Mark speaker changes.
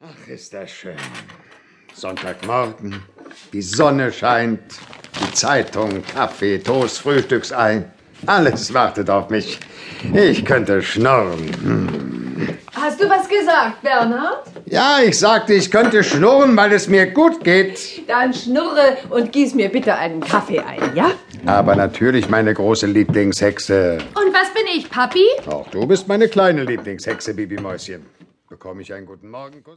Speaker 1: Ach, ist das schön. Sonntagmorgen, die Sonne scheint, die Zeitung, Kaffee, Toast, Frühstücksei. Alles wartet auf mich. Ich könnte schnurren. Hm.
Speaker 2: Hast du was gesagt, Bernhard?
Speaker 1: Ja, ich sagte, ich könnte schnurren, weil es mir gut geht.
Speaker 2: Dann schnurre und gieß mir bitte einen Kaffee ein, ja?
Speaker 1: Aber natürlich meine große Lieblingshexe.
Speaker 2: Und was bin ich, Papi?
Speaker 1: Auch du bist meine kleine Lieblingshexe, Bibi Mäuschen. Bekomme ich einen guten Morgenkuss?